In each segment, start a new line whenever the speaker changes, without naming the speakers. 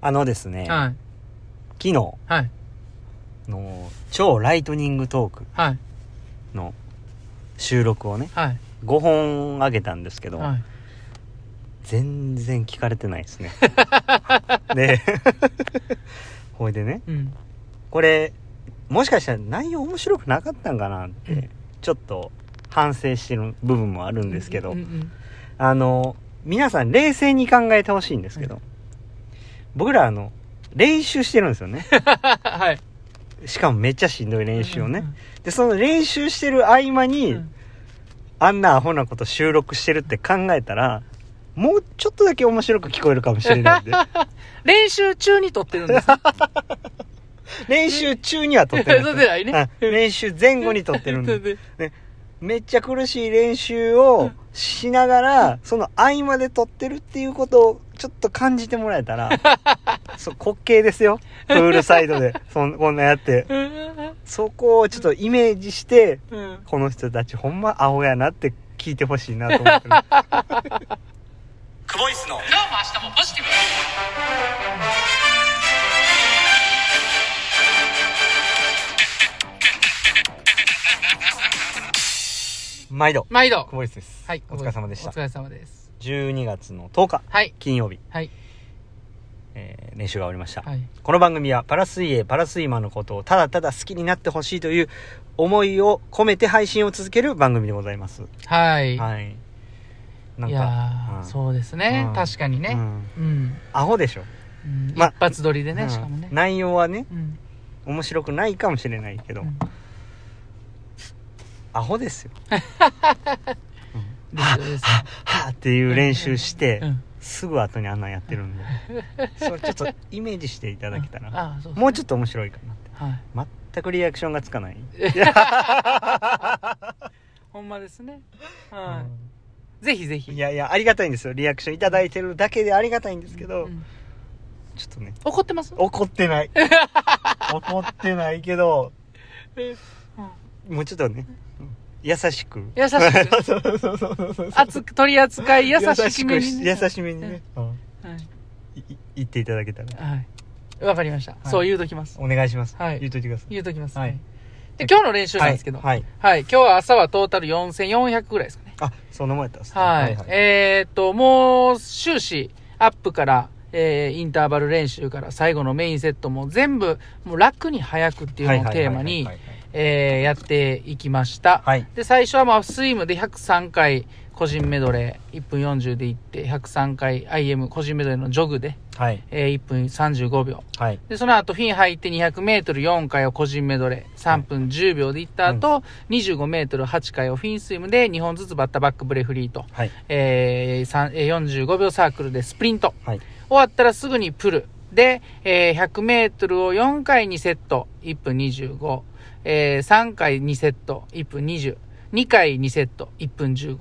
あのですね、
はい。
昨日の
はい。
超ライトニングトーク
はい。
の収録をね、
はい。
5本あげたんですけど、
はい。
全然聞かれてないです ね。で、ほいでね、
うん。
これ、もしかしたら内容面白くなかったんかなっ
う
て
ん、
ちょっと反省してる部分もあるんですけど、
うんうん
あの、皆さん冷静に考えてほしいんですけど、僕らあの、練習してるんですよね。
はい。
しかもめっちゃしんどい練習をね。で、その練習してる合間
うん。
に、
うん
あんなアホなこと収録してるって考えたら、もうちょっとだけ面白く聞こえるかもしれ ないんで。
練習中に撮ってるんです。
練習中には撮
撮
っ
って
ない。
てないね。
うん練習前後に撮ってるんで。めっちゃ苦しい練習をしながら、その合間で撮ってるっていうことをちょっと感じてもらえた ら、そう、滑稽ですよ。プールサイドで、そんこんなやって。
うん
そこをちょっとイメージして、
うん
この人たちほんまアホやなって聞いてほしいなと思ってる。 クボイスの
今日も明日もポジティブ
毎度。
毎度
クボイスです。
はい
お疲れ様でし
お
た
疲。れ様です
12月の10日、
はい
金曜日、
はい
えー練習が終わりました。
はい
この番組はパラ水泳、パラスイマーのことをただただ好きになってほしいという思いを込めて配信を続ける番組でございます。
はい
はい。なん
い
か、
や
うん
ーそうです
う
ね
ん
確かに
う
ね
ん、
うん
アホでしょ。
うん一
ま
発撮りで
う
ね
ん
しかもね
内容はね、
うん
面白くないかもしれないけど、
うん
アホですよ。
ですよですよ
はぁっていう練習して、
うん
すぐ後にあんなんやってる んで、それちょっとイメージしていただけたら、
ああそう
もうちょ
っ
っと面白いかなって。
とはい
全くリアクションがつかない。
ほんまですね
う
は
ん
いぜひぜひ
いやいや、ありがたいんですよ。リアクションいただいてるだけでありがたいんですけど、
うん
ちょっとね、
怒ってます
怒って ない。怒ってないけど、
うん
もうちょっとね、優しく。
優し く
そうそうそうそうそう。
熱く取り扱い優しめ
く
に
し
ね
優しめにね、うん
はい
いい言っていただけたら。
はいわかりました
い
そう言うときます
お願いします。
はい
言うといてください。
言うときます
はい
ねで今日の練習なんですけど
はい。はい
はい、今日は朝はトータル4400ぐらいですかね。
あ、そんなもんやったんですね
はい。えーっと、もう終始、アップから、えーインターバル練習から最後のメインセットも全部、もう楽に早くっていうのをテーマに
はい、はい
えーやっていきまし
は
た。
いはいはいはい。はい
で、最初はまあ、スイムで103回個人メドレー1分40で行って、103回 IM 個人メドレーのジョグで、
はい。
えー1分35秒。
はい。
で、その後、フィン入って200メートル4回を個人メドレー、3分10秒で行った後、25メートル8回をフィンスイムで2本ずつバッターバックブレフリーと、
はい。
えーさんえー45秒サークルでスプリント。
はい。
終わったらすぐにプル。で、えー100メートルを4回2セット、1分25。えー3回2セット、1分20。2回2セット、1分15。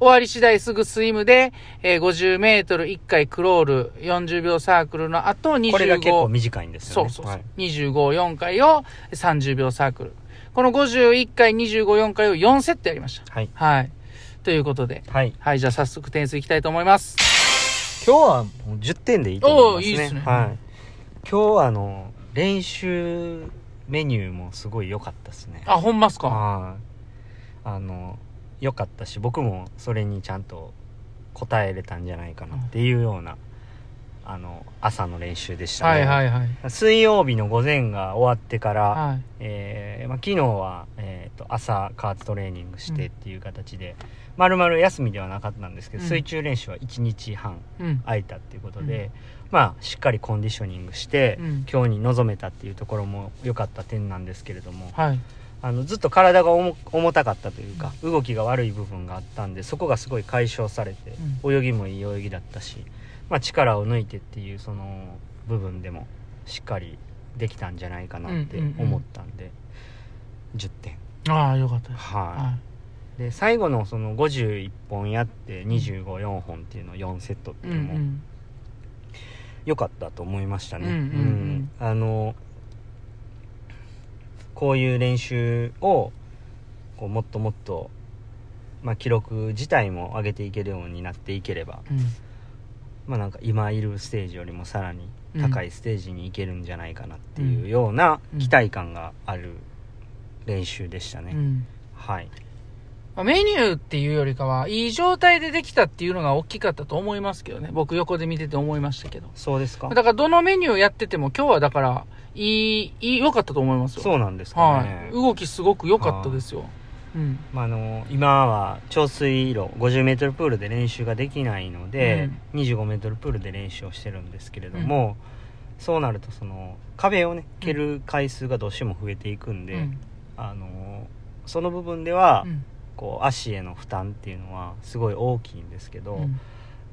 終わり次第すぐスイムで、えー50メートル1回クロール、40秒サークルの後25。
これが結構短いんです
そ
よ
う
ね。
そうそう。
はい
25、4回を30秒サークル。この51回、25、4回を4セットやりました。
はい。
はい。ということで。
はい。
はい、じゃあ早速点数いきたいと思います。
今日はもう10点でいいと思いますね。
おーいいっすね
はい。今日はあの、練習メニューもすごい良かったですね。
あ、ほんまっすか
はい。あの、良かったし、僕もそれにちゃんと答えれたんじゃないかなっていうような、あの、朝の練習でした
は
ね。
いはいはい。
水曜日の午前が終わってから、
はい。
えーまあ、昨日は、えー、と朝加圧トレーニングしてっていう形で、まるまる休みではなかったんですけど、
うん
水中練習は1日半
うん。
空いたっていうことで、まあしっかりコンディショニングして、
うん
今日に臨めたっていうところも良かった点なんですけれども
はい。
あのずっと体が重重たかったというか、動きが悪い部分があったんでそこがすごい解消されて、泳ぎもいい泳ぎだったし、まあ、力を抜いてっていうその部分でもしっかりできたんじゃないかなって
うんうんうん
思ったんで、10点。
ああ、よかったです。
は、
はい
で最後のその51本やって254本っていうのを4セットって
い。
いううん
う
のも
ん。
良かったと思いましたね。
うんうんうん
うんあのこういう練習をこうもっともっと、まあ、記録自体も上げていけるようになっていければ
うん。
まあ、なんか今いるステージよりもさらに高いステージに行けるんじゃないかなっていうような
うん
期待感がある練習でしたね、
うん
はい
まあメニューっていうよりかは、いい状態でできたっていうのが大きかったと思いますけどね。僕横で見てて思いましたけど。
そうですか
だからどのメニューやってても今日はだから、いい、いい、良かったと思いますよ。
そうなんですか
は
ね
い。、動きすごく良かったですよ。うん。
まあ、あの今は長水路 50m プールで練習ができないので、25m プールで練習をしてるんですけれども、そうなるとその壁をね蹴る回数がどうしても増えていくんで、
うん
あのその部分では、
うん
こう足への負担っていうのはすごい大きいんですけど、
うん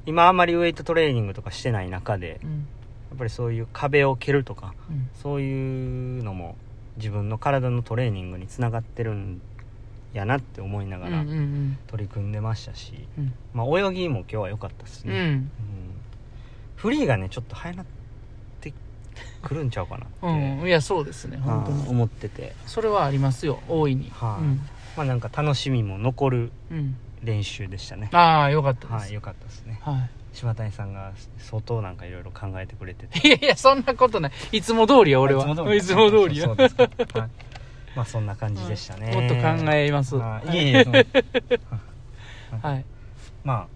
今あまりウエイトトレーニングとかしてない中で
うん
やっぱりそういう壁を蹴るとか
うん
そういうのも自分の体のトレーニングにつながってるんやなって思いなが
う
ら
んうん
取り組んでましたし、
うん
まあ、泳ぎも今日は良かったです
うんう
ね、う
ん
んフリーがねちょっと早なってくるんちゃうかなって、
うんいやそうですね
あ
本当
ー
に
思ってて
それはありますよ大いに
は
う
まあなんか楽しみも残る
んうん
練習でしたね
ああよかったで
はい
す
良かったですね
は
柴谷さんが相当なんかいろいろ考えてくれてて
いいやいやそんなことないいつも通りや俺はいいつも通りや
そう
もっ
ですかはいまあそんな感じでしたね、
と考えます
あ
は
ーいえいえそんな
い
まあ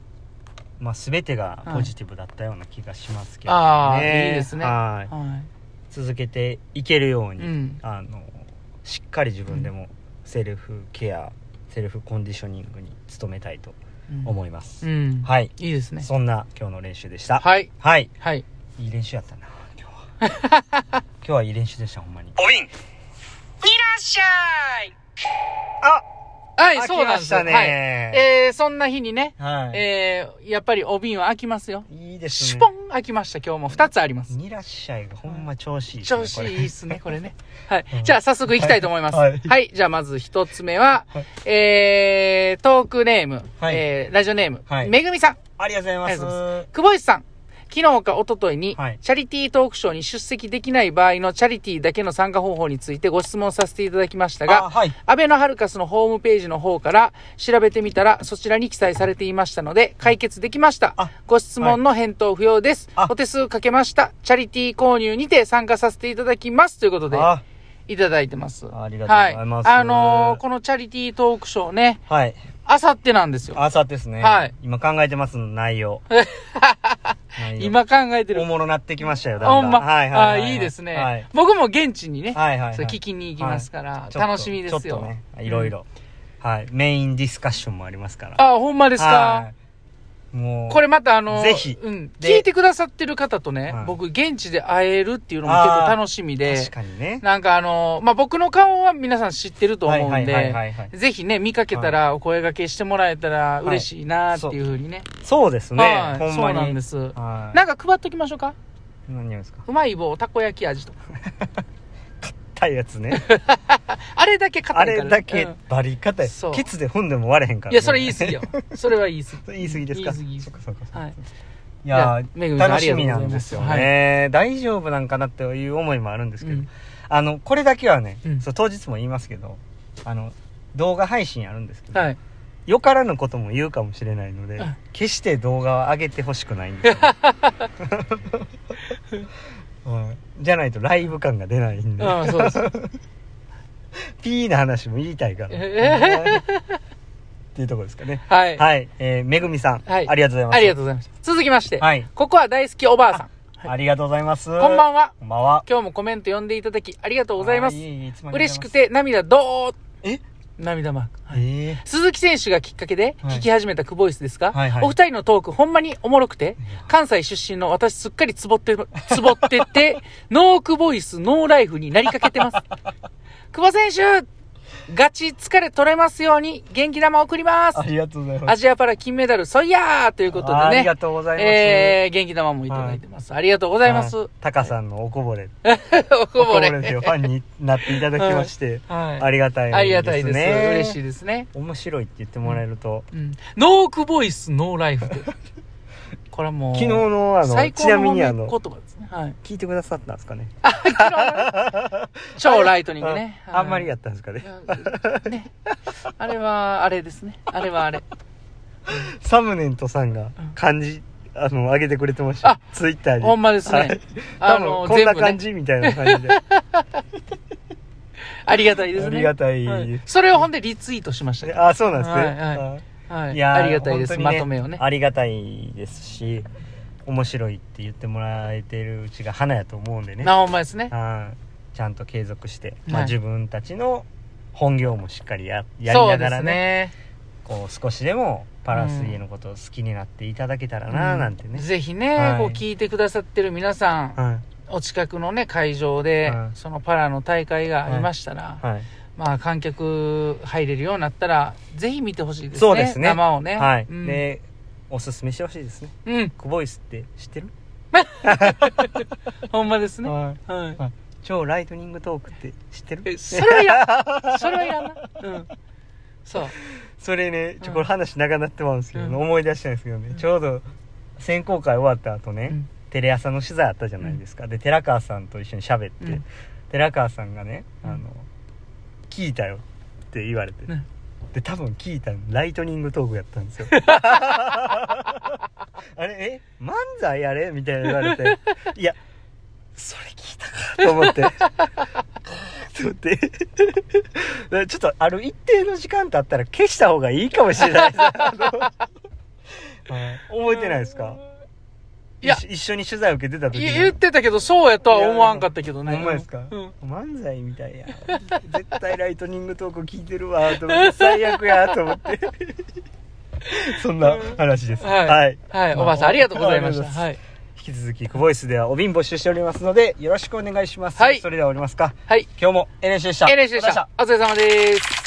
まあ全てがポジティブだったような気がしますけど、ね
ああいいですね
はい
は
続けていけるよう
い
に、
うん
あのしっかり自分でもセルフケア、セルフコンディショニングに努めたいと思います、
うん
はい、
いいですね
そんな今日の練習でした
はい
はい、
はい
いい練習やったな今日は 今日はいい練習でしたほんまに
いらっしゃい
あ
はい
飽き
そうなん
ま
で
し
す
た
はい
ね
えーそんな日にね
はい、
えーやっぱりお瓶は開きますよ
いいですね
シュポン開きました今日も2つあります
ニラッシャイがほんま調子いいですね
調子いいっすね、こ れね。はい
うん。
じゃあ、早速いきたいと思います。
は
はいい。
はい
じゃあ、まず一つ目は、
はい
えー、トークネーム、
はい
えー、ラジオネーム、
はい
めぐみさん、
ありがとうござい
ありがとうご
ます
久保石さん。昨日か一昨日に、
はい
チャリティートークショーに出席できない場合のチャリティーだけの参加方法についてご質問させていただきました
あ
が、
はい
アベノハルカスのホームページの方から調べてみたらそちらに記載されていましたので解決できました
あ。
ご質問の返答不要です
あ。
お手数かけました。チャリティー購入にて参加させていただきます。ということで、
あ
いただいてます。
ありがとうございます
はあのーこのチャリティートークショーね、
はい
あさってなんですよ。
朝ですね、
はい
今考えてます内 容内容
今考えて
お
る。
もろなってきましたよだんだ
ほ
ん
んま。
はいはいは
あいいですね、
はい
僕も現地にね、
はいはい、はい、
それ聞きに行きますから、
ちょっと
楽しみですよ。
ちょっとねいろいろ、はいメインディスカッションもありますから
あ、ほんまですか、
はいもう
これまたあの、
ぜひ
うん、
で
聞いてくださってる方とね、
はい
僕現地で会えるっていうのも結構楽しみで
確、かにね
なんかあの、まあ、僕の顔は皆さん知ってると思
は
うん
いはい
で
はいはいはい、
ぜひね、見かけたらお声掛けしてもらえたら嬉しいなっていうふうにね。
そうですね、
はい
ほん
そ
ま
う
に
なんです。な
はい
んか配っときましょうか。
何ですか
うまい棒、たこ焼き味とか。
硬いやつ ね
あれだけ硬
あ
いから。
れだ
う
け
ん
バリ硬い、
そう
ケツで踏んでも割れへんから、。
いや、それ言い過ぎよ それは言い過ぎ。
それ言い過ぎですか
言い過
そ
ぎ
っかそっかそっか
はい。
いやー
めぐみさん
楽しみなんですよ
ありが
ね、大丈夫なんかなっていう思いもあるんですけど、
うん
あのこれだけはね、
うん
そう当日も言いますけどあの動画配信あるんですけど、
はい。
よからぬことも言うかもしれないので、
うん
決して動画は上げてほしくないんですよ、うん じゃないとライブ感が出ないんで、
うん、そうです。
ピーな話も言いたいから、
え
っていうところですかね
はい。
はい、えーめぐみさん、
はい
ありがとうございます
ありがとうございました。続きまして、
はい
ここは大好きおばあさん。
ありがとうございます
こんばんは。
こんばんは
今日もコメント読んでいただきありがとうございます
あ。ーいえいえいつもありが
嬉
とう
し
ご
く
ざい
て涙どーっ
ます
涙マーク。はい
ええ
鈴木選手がきっかけで
はい
聞き始めたクボイスですが、
はいはい
お二人のトークほんまにおもろくて、関西出身の私すっかりつぼって、 つぼってて、ノークボイス、ノーライフになりかけ てます。久保選手ガチ疲れ取れますように元気玉送ります
ありがとうございます
アジアパラ金メダル、そいやーということでね。
ありがとうございます。
えー、元気玉もいただいてます。ありがとうご
ご
ざいます。
タカさんのおこぼれ、
おこぼれ。
でファンになっていただきまして、
はい。
ありがたいですね。
ありがたいです。嬉しいですね。
面白いって言ってもらえると、
うん。ノークボイス、ノーライフって。 これはもう。
昨日のあの、
最
ちな
高
み
の
に
言
あの、
葉ですね。はい。
聞いてくださったんですかね。
超ライトニングね。
ああんまりや
っ
ったんですかね。
た。ね。あれは、あれですね。あれはあれ。
サムネントさんが
うん
漢字あの、上げてくれてました
あ。
ツイッターに。
ほんまですね
はい
あ
多
の
分、こんな
全部ね
感じみたいな感じで。
ありがたいですね。
ありがたい
はそれをほんでリツイートしましたか
あ、そうなんですね。
はいはら。は
あ
い。
いやー
ありがたいです、
本当に
まとめをね。
ありがたいですし、面白いって言ってもらえてるうちが花やと思うんでね。
なお前ですね。
はいちゃんと継続して、ま
は
あ
い
自分たちの本業もしっかりややり
そう
な
で
が
す
らね
ね。
こう少しでもパラ水泳のことを好きになっていただけたらな
う
ー
ん
なんてね、
ぜひね、
はい
こう聞いてくださってる皆さん、
はい
お近くのね、会場で、
はい
そのパラの大会がありましたら、
はい
まあ、観客入れるようになったら、ぜひ見てほしいですね。
そうですね
生をね。
はい、
うん。
でおすすめしてほしいですね
うん。
クボイスって知ってる、
ほんまですね。は
はい
い。
超ライトニングトークって知ってる
えそれはいらん。それはいらんな。うん。そう。
それねちょ
うん
これ話長なってまうんですけどね、
うん
思い出したんですけどね、
うん
ちょうど選考会終わった後ね、
うん
テレ朝の取材あったじゃないですか、で寺川さんと一緒に喋って、
うん
寺川さんがね「
うん
あの聞いたよ」って言われて、
ね
で多分聞いたのライトニングトークやったん ですよあれえ漫才やれみたいな言われていやそれ聞いたかと 思って と思ってで ちょっとある一定の時間経ったら消した方がいいかもしれないです あのはい覚えてないですか
いや
一緒一緒に取材受けてた時
い
に
言ってたけど、そうやとは思わんかったけどね。
いやほんまですか
うん。
漫才みたいや絶対ライトニングトーク聞いてるわと思って最悪やと思って そんな話です、
はい。
はい、
はい。
ま
おばあさん、ありがとうございまし
ありがとうご
た。
ざいます
はい。
引き続きクボイスではお瓶募集しておりますのでよろしくお願いします、
はい
それではおりますか
はい。
今日も NH でした
NH でした。お疲れ様です。